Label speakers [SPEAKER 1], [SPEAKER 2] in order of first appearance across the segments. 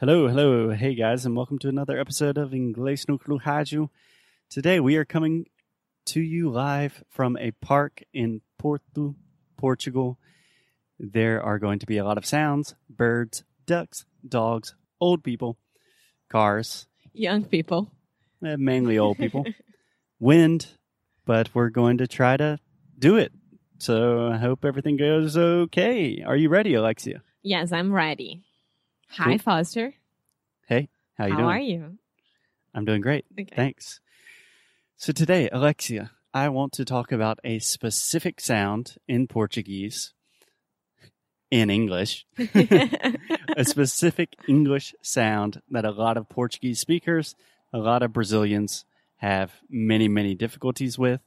[SPEAKER 1] Hello, hello, hey guys, and welcome to another episode of Inglês no Clujaju. Today we are coming to you live from a park in Porto, Portugal. There are going to be a lot of sounds birds, ducks, dogs, old people, cars,
[SPEAKER 2] Young people.
[SPEAKER 1] eh, mainly old people, wind, but we're going to try to do it. So I hope everything goes okay. Are you ready, Alexia?
[SPEAKER 2] yes, I'm ready. Hi,
[SPEAKER 1] Cool.
[SPEAKER 2] Foster.
[SPEAKER 1] Hey, how you
[SPEAKER 2] How
[SPEAKER 1] doing?
[SPEAKER 2] are you?
[SPEAKER 1] I'm doing great.
[SPEAKER 2] Okay.
[SPEAKER 1] Thanks. So today, Alexia, I want to talk about a specific sound in Portuguese, in English, a specific English sound that a lot of Portuguese speakers, a lot of Brazilians have many, many difficulties with.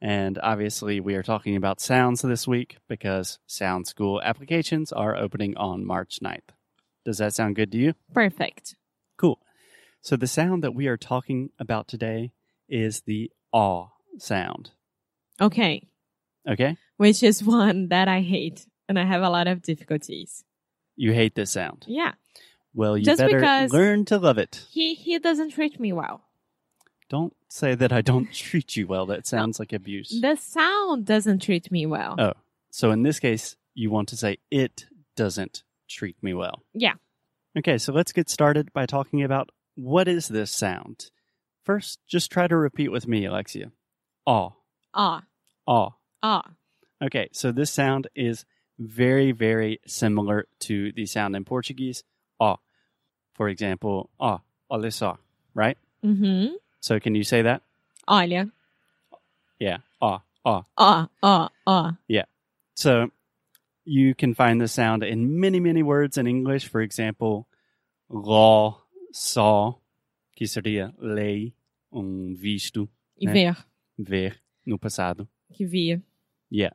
[SPEAKER 1] And obviously, we are talking about sounds this week because sound school applications are opening on March 9th. Does that sound good to you?
[SPEAKER 2] Perfect.
[SPEAKER 1] Cool. So the sound that we are talking about today is the ah sound.
[SPEAKER 2] Okay,
[SPEAKER 1] Okay?
[SPEAKER 2] which is one that I hate and I have a lot of difficulties.
[SPEAKER 1] You hate this sound.
[SPEAKER 2] Yeah,
[SPEAKER 1] Well, you
[SPEAKER 2] Just
[SPEAKER 1] better
[SPEAKER 2] because-
[SPEAKER 1] learn to love it.
[SPEAKER 2] he he doesn't treat me well.
[SPEAKER 1] Don't say that I don't treat you well. That sounds like abuse.
[SPEAKER 2] The sound doesn't treat me well.
[SPEAKER 1] Oh. So in this case, you want to say it doesn't treat me well.
[SPEAKER 2] Yeah.
[SPEAKER 1] Okay, so let's get started by talking about what is this sound. First, just try to repeat with me, Alexia. Ah,
[SPEAKER 2] Ah,
[SPEAKER 1] ah.
[SPEAKER 2] ah.
[SPEAKER 1] Okay, so this sound is very, very similar to the sound in Portuguese, ó. For example, ó, olha só, right?
[SPEAKER 2] Mm-hmm.
[SPEAKER 1] So can you say that?
[SPEAKER 2] Olha.
[SPEAKER 1] Yeah, ó, ó.
[SPEAKER 2] Ah, ah, ah.
[SPEAKER 1] So you can find this sound in many, many words in English. For example, law, saw, que seria lei, um visto,
[SPEAKER 2] E
[SPEAKER 1] Né?
[SPEAKER 2] ver.
[SPEAKER 1] ver, no passado.
[SPEAKER 2] Que via.
[SPEAKER 1] Yeah.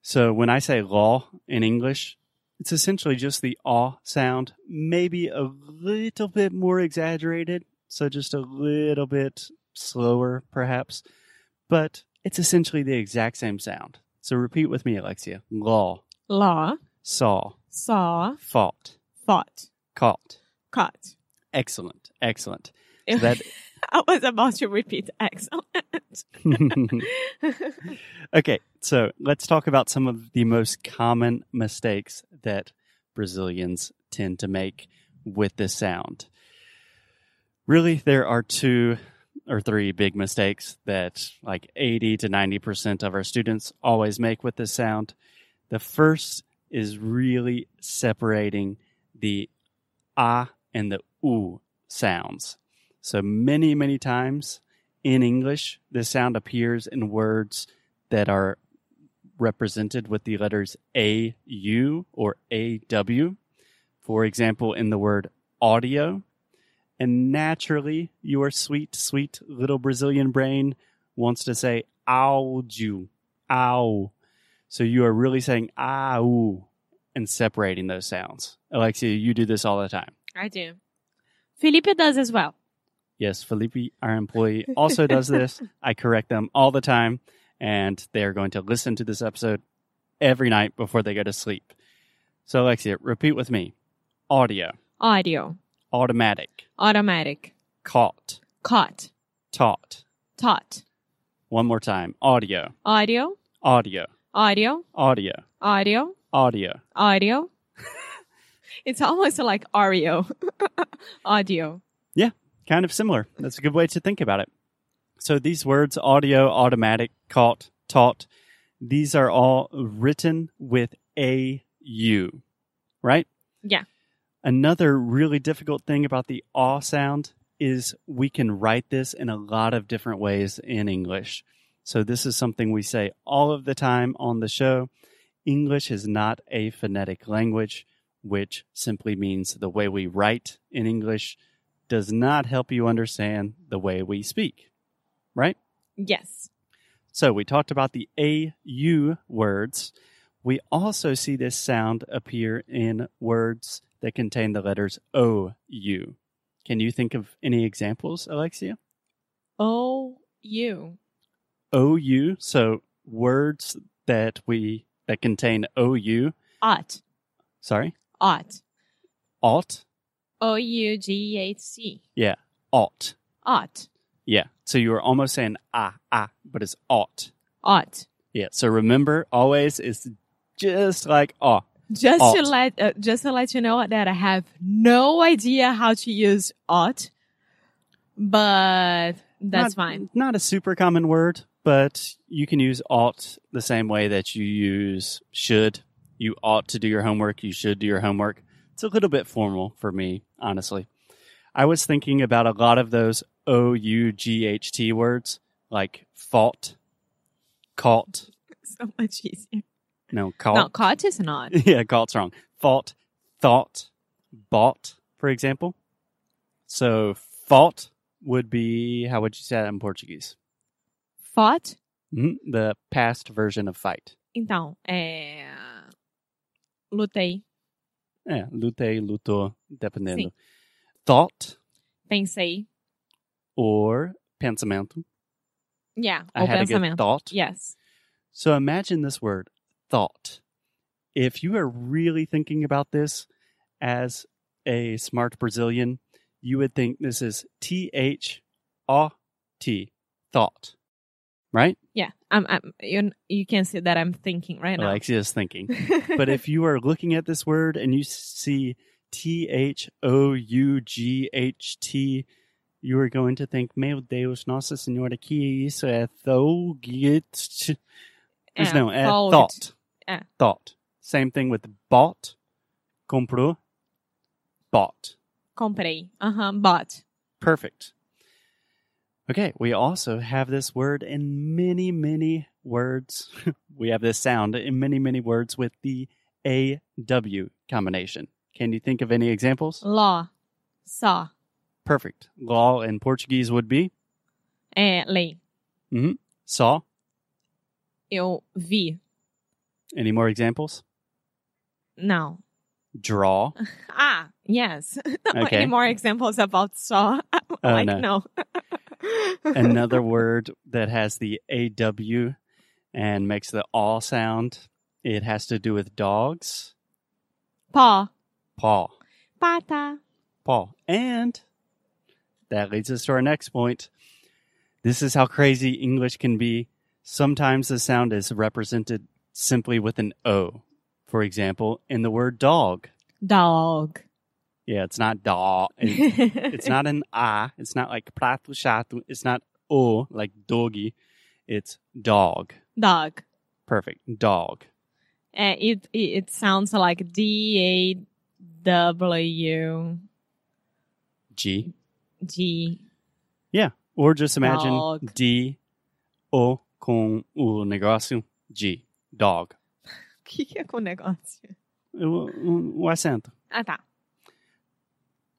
[SPEAKER 1] So when I say law in English, it's essentially just the ah sound, maybe a little bit more exaggerated. So just a little bit slower, perhaps. But it's essentially the exact same sound. So repeat with me, Alexia. Law,
[SPEAKER 2] Law.
[SPEAKER 1] saw,
[SPEAKER 2] Saw.
[SPEAKER 1] fought,
[SPEAKER 2] Thought.
[SPEAKER 1] caught.
[SPEAKER 2] Caught.
[SPEAKER 1] Excellent. Excellent. So that
[SPEAKER 2] I was about to repeat excellent.
[SPEAKER 1] Okay, so let's talk about some of the most common mistakes that Brazilians tend to make with this sound. Really, there are two or three big mistakes that like 80 to 90% of our students always make with this sound. The first is really separating the ah and the oo sounds. So many, many times in English, this sound appears in words that are represented with the letters AU or AW. For example, in the word audio. And naturally, your sweet, sweet little Brazilian brain wants to say áudio, ow. So you are really saying ow and separating those sounds. Alexia, you do this all the time.
[SPEAKER 2] I do. Felipe does as well.
[SPEAKER 1] Yes, Felipe, our employee, also does this. I correct them all the time, and they are going to listen to this episode every night before they go to sleep. So, Alexia, repeat with me audio,
[SPEAKER 2] Audio,
[SPEAKER 1] automatic,
[SPEAKER 2] automatic,
[SPEAKER 1] caught,
[SPEAKER 2] caught,
[SPEAKER 1] taught.
[SPEAKER 2] taught.
[SPEAKER 1] One more time audio,
[SPEAKER 2] Audio,
[SPEAKER 1] audio,
[SPEAKER 2] audio,
[SPEAKER 1] audio,
[SPEAKER 2] audio,
[SPEAKER 1] audio.
[SPEAKER 2] audio. it's almost like Oreo. audio.
[SPEAKER 1] Kind of similar. That's a good way to think about it. So, these words audio, automatic, caught, taught, these are all written with AU, right?
[SPEAKER 2] Yeah.
[SPEAKER 1] Another really difficult thing about the aw sound is we can write this in a lot of different ways in English. So this is something we say all of the time on the show. English is not a phonetic language, which simply means the way we write in English does not help you understand the way we speak, right?
[SPEAKER 2] Yes.
[SPEAKER 1] So we talked about the AU words. We also see this sound appear in words that contain the letters OU. Can you think of any examples, Alexia?
[SPEAKER 2] O U.
[SPEAKER 1] OU, so words that we that contain OU,
[SPEAKER 2] Ought.
[SPEAKER 1] sorry,
[SPEAKER 2] Ought.
[SPEAKER 1] alt,
[SPEAKER 2] O U G H T.
[SPEAKER 1] Ought.
[SPEAKER 2] Ought.
[SPEAKER 1] Yeah. So you were almost saying ah, ah, but it's ought.
[SPEAKER 2] Ought.
[SPEAKER 1] Yeah. So remember, always it's just like ah.
[SPEAKER 2] Just to
[SPEAKER 1] Ought.
[SPEAKER 2] let uh, just to let you know that I have no idea how to use ought, but that's
[SPEAKER 1] Not-
[SPEAKER 2] fine.
[SPEAKER 1] Not a super common word, but you can use ought the same way that you use should. You ought to do your homework. You should do your homework. It's a little bit formal for me, honestly. I was thinking about a lot of those O U G H T words like fought, caught.
[SPEAKER 2] So much easier.
[SPEAKER 1] No,
[SPEAKER 2] No,
[SPEAKER 1] caught.
[SPEAKER 2] caught is not.
[SPEAKER 1] yeah, caught's wrong. Fought, thought, bought, for example. So fought would be, how would you say that in Portuguese?
[SPEAKER 2] Fought.
[SPEAKER 1] Mhm, The past version of fight.
[SPEAKER 2] Então, é... lutei,
[SPEAKER 1] É, lutei, lutou, dependendo.
[SPEAKER 2] Sim.
[SPEAKER 1] Thought
[SPEAKER 2] pensei.
[SPEAKER 1] or pensamento.
[SPEAKER 2] Yeah,
[SPEAKER 1] I
[SPEAKER 2] o
[SPEAKER 1] had a good
[SPEAKER 2] pensamento.
[SPEAKER 1] thought.
[SPEAKER 2] Yes.
[SPEAKER 1] So imagine this word, thought. If you are really thinking about this as a smart Brazilian, you would think this is T H O T, thought, right?
[SPEAKER 2] Yeah. I'm, I'm, you, you can see that I'm thinking right now.
[SPEAKER 1] Alexia is thinking. but if you are looking at this word and you see T H O U G H T, you are going to think, Meu Deus, Nossa Senhora, que isso é thought. There's no eh,
[SPEAKER 2] thought.
[SPEAKER 1] thought.
[SPEAKER 2] Yeah.
[SPEAKER 1] Thought. Same thing with bought, comprou, bought.
[SPEAKER 2] Comprei. Uh-huh. Bought.
[SPEAKER 1] Perfect. Okay, we also have this word in many, many words. we have this sound in many, many words with the AW combination. Can you think of any examples?
[SPEAKER 2] Law. Saw.
[SPEAKER 1] Perfect. Law in Portuguese would be
[SPEAKER 2] É, lei.
[SPEAKER 1] saw.
[SPEAKER 2] Eu vi.
[SPEAKER 1] Any more examples?
[SPEAKER 2] Não.
[SPEAKER 1] Draw.
[SPEAKER 2] Ah, yes.
[SPEAKER 1] Okay.
[SPEAKER 2] Any more examples about saw?
[SPEAKER 1] Oh,
[SPEAKER 2] like,
[SPEAKER 1] no.
[SPEAKER 2] no.
[SPEAKER 1] Another word that has the AW and makes the all sound. It has to do with dogs.
[SPEAKER 2] Paw.
[SPEAKER 1] Paw.
[SPEAKER 2] Pata.
[SPEAKER 1] Paul. And that leads us to our next point. This is how crazy English can be. Sometimes the sound is represented simply with an O. For example, in the word dog.
[SPEAKER 2] Dog.
[SPEAKER 1] Yeah, it's not dog. It- it's not an ah. It's not like prato chato. It's not o like doggy. It's dog.
[SPEAKER 2] Dog.
[SPEAKER 1] Perfect. Dog.
[SPEAKER 2] Uh, it, it it sounds like D A W
[SPEAKER 1] G.
[SPEAKER 2] G.
[SPEAKER 1] Or just imagine
[SPEAKER 2] Dog.
[SPEAKER 1] D O com o negócio G. Dog.
[SPEAKER 2] O que, que é com negócio?
[SPEAKER 1] O, o, o acento.
[SPEAKER 2] Ah, tá.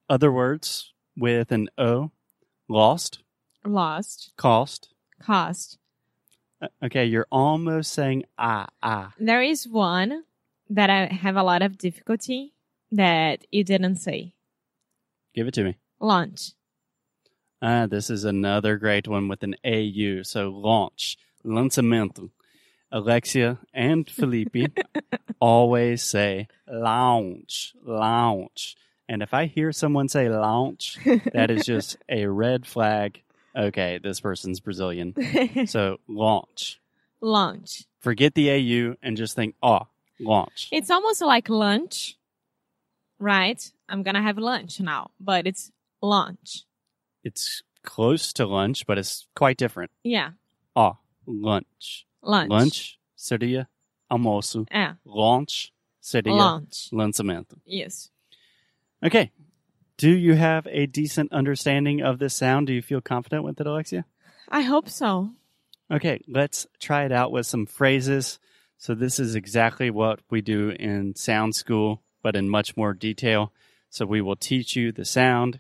[SPEAKER 1] other words with an O lost,
[SPEAKER 2] Lost.
[SPEAKER 1] cost.
[SPEAKER 2] Cost.
[SPEAKER 1] Uh, Okay, you're almost saying ah, ah.
[SPEAKER 2] There is one that I have a lot of difficulty that you didn't say.
[SPEAKER 1] Give it to me.
[SPEAKER 2] Launch.
[SPEAKER 1] Ah, this is another great one with an AU. So launch, lançamento. Alexia and Felipe always say lounge, lounge. And if I hear someone say lounge, that is just a red flag. Okay, this person's Brazilian. So launch.
[SPEAKER 2] Launch.
[SPEAKER 1] Forget the AU and just think, ah, launch.
[SPEAKER 2] It's almost like lunch, right? I'm gonna have lunch now, but it's launch.
[SPEAKER 1] it's close to lunch, but it's quite different.
[SPEAKER 2] Yeah,
[SPEAKER 1] Ah, lunch.
[SPEAKER 2] lunch.
[SPEAKER 1] Lunch seria almoço.
[SPEAKER 2] Yeah,
[SPEAKER 1] Lunch seria
[SPEAKER 2] launch.
[SPEAKER 1] lançamento.
[SPEAKER 2] Yes.
[SPEAKER 1] Okay. Do you have a decent understanding of this sound? Do you feel confident with it, Alexia?
[SPEAKER 2] I hope so.
[SPEAKER 1] Okay, let's try it out with some phrases. So, this is exactly what we do in sound school, but in much more detail. So, we will teach you the sound,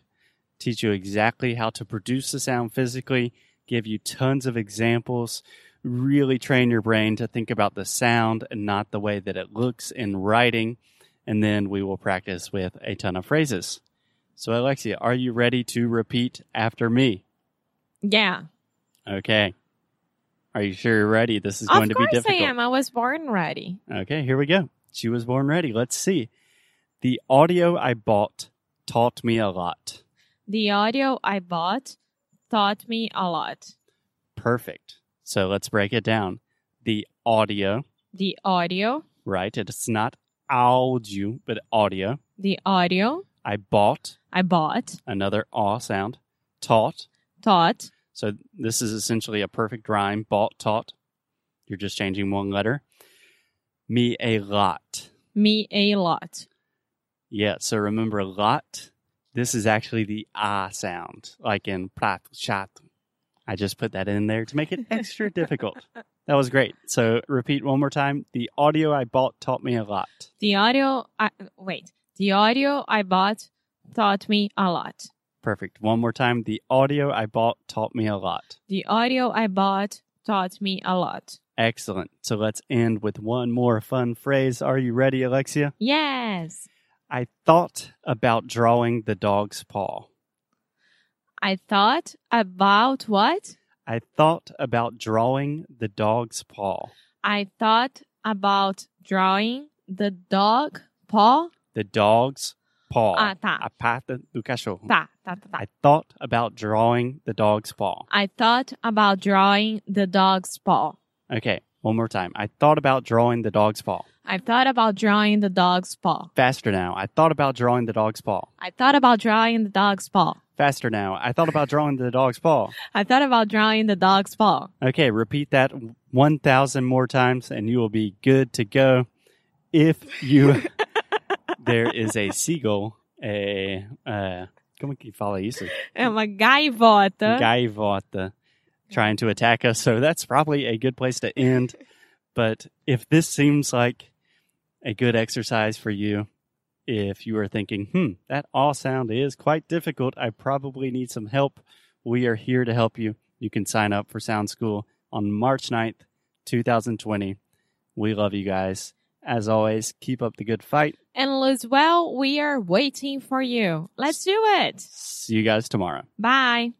[SPEAKER 1] teach you exactly how to produce the sound physically, give you tons of examples, really train your brain to think about the sound and not the way that it looks in writing. And then we will practice with a ton of phrases. So, Alexia, are you ready to repeat after me?
[SPEAKER 2] Yeah.
[SPEAKER 1] Okay. Are you sure you're ready? This is
[SPEAKER 2] Of
[SPEAKER 1] going to be
[SPEAKER 2] course I
[SPEAKER 1] difficult.
[SPEAKER 2] am. I was born ready.
[SPEAKER 1] Okay, here we go. She was born ready. Let's see. The audio I bought taught me a lot.
[SPEAKER 2] The audio I bought taught me a lot.
[SPEAKER 1] Perfect. So let's break it down. The audio,
[SPEAKER 2] The audio,
[SPEAKER 1] right? It's not audio, but audio.
[SPEAKER 2] the audio
[SPEAKER 1] I bought
[SPEAKER 2] I bought
[SPEAKER 1] another aw sound. Taught.
[SPEAKER 2] taught
[SPEAKER 1] So this is essentially a perfect rhyme. Bought, taught. You're just changing one letter. Me a lot.
[SPEAKER 2] me a lot.
[SPEAKER 1] Yeah. So remember lot. This is actually the ah sound, like in prat, chat. I just put that in there to make it extra difficult. That was great. So repeat one more time. The audio I bought taught me a lot.
[SPEAKER 2] The audio I wait. The audio I bought taught me a lot.
[SPEAKER 1] Perfect. One more time. The audio I bought taught me a lot.
[SPEAKER 2] The audio I bought taught me a lot.
[SPEAKER 1] Excellent. So let's end with one more fun phrase. Are you ready, Alexia?
[SPEAKER 2] Yes.
[SPEAKER 1] I thought about drawing the dog's paw.
[SPEAKER 2] I thought about what?
[SPEAKER 1] I thought about drawing the dog's paw.
[SPEAKER 2] I thought about drawing the dog paw.
[SPEAKER 1] The dog's paw.
[SPEAKER 2] Ah, tá.
[SPEAKER 1] A pata do cachorro.
[SPEAKER 2] Tá, tá, tá, tá.
[SPEAKER 1] I thought about drawing the dog's paw.
[SPEAKER 2] I thought about drawing the dog's paw.
[SPEAKER 1] Okay, one more time. I thought about drawing the dog's paw.
[SPEAKER 2] I thought about drawing the dog's paw.
[SPEAKER 1] Faster now. I thought about drawing the dog's paw.
[SPEAKER 2] I thought about drawing the dog's paw.
[SPEAKER 1] Faster now. I thought about drawing the dog's paw.
[SPEAKER 2] I thought about drawing the dog's paw.
[SPEAKER 1] Okay, repeat that 1,000 more times and you will be good to go. If you, there is a seagull, a, uh, como que fala isso?
[SPEAKER 2] É uma gaivota.
[SPEAKER 1] Gaivota trying to attack us. So that's probably a good place to end. But if this seems like a good exercise for you, if you are thinking, hmm, that all sound is quite difficult, I probably need some help, we are here to help you. You can sign up for Sound School on March 9th, 2020. We love you guys. As always, keep up the good fight.
[SPEAKER 2] and Luzwell, we are waiting for you. Let's do it.
[SPEAKER 1] See you guys tomorrow.
[SPEAKER 2] Bye.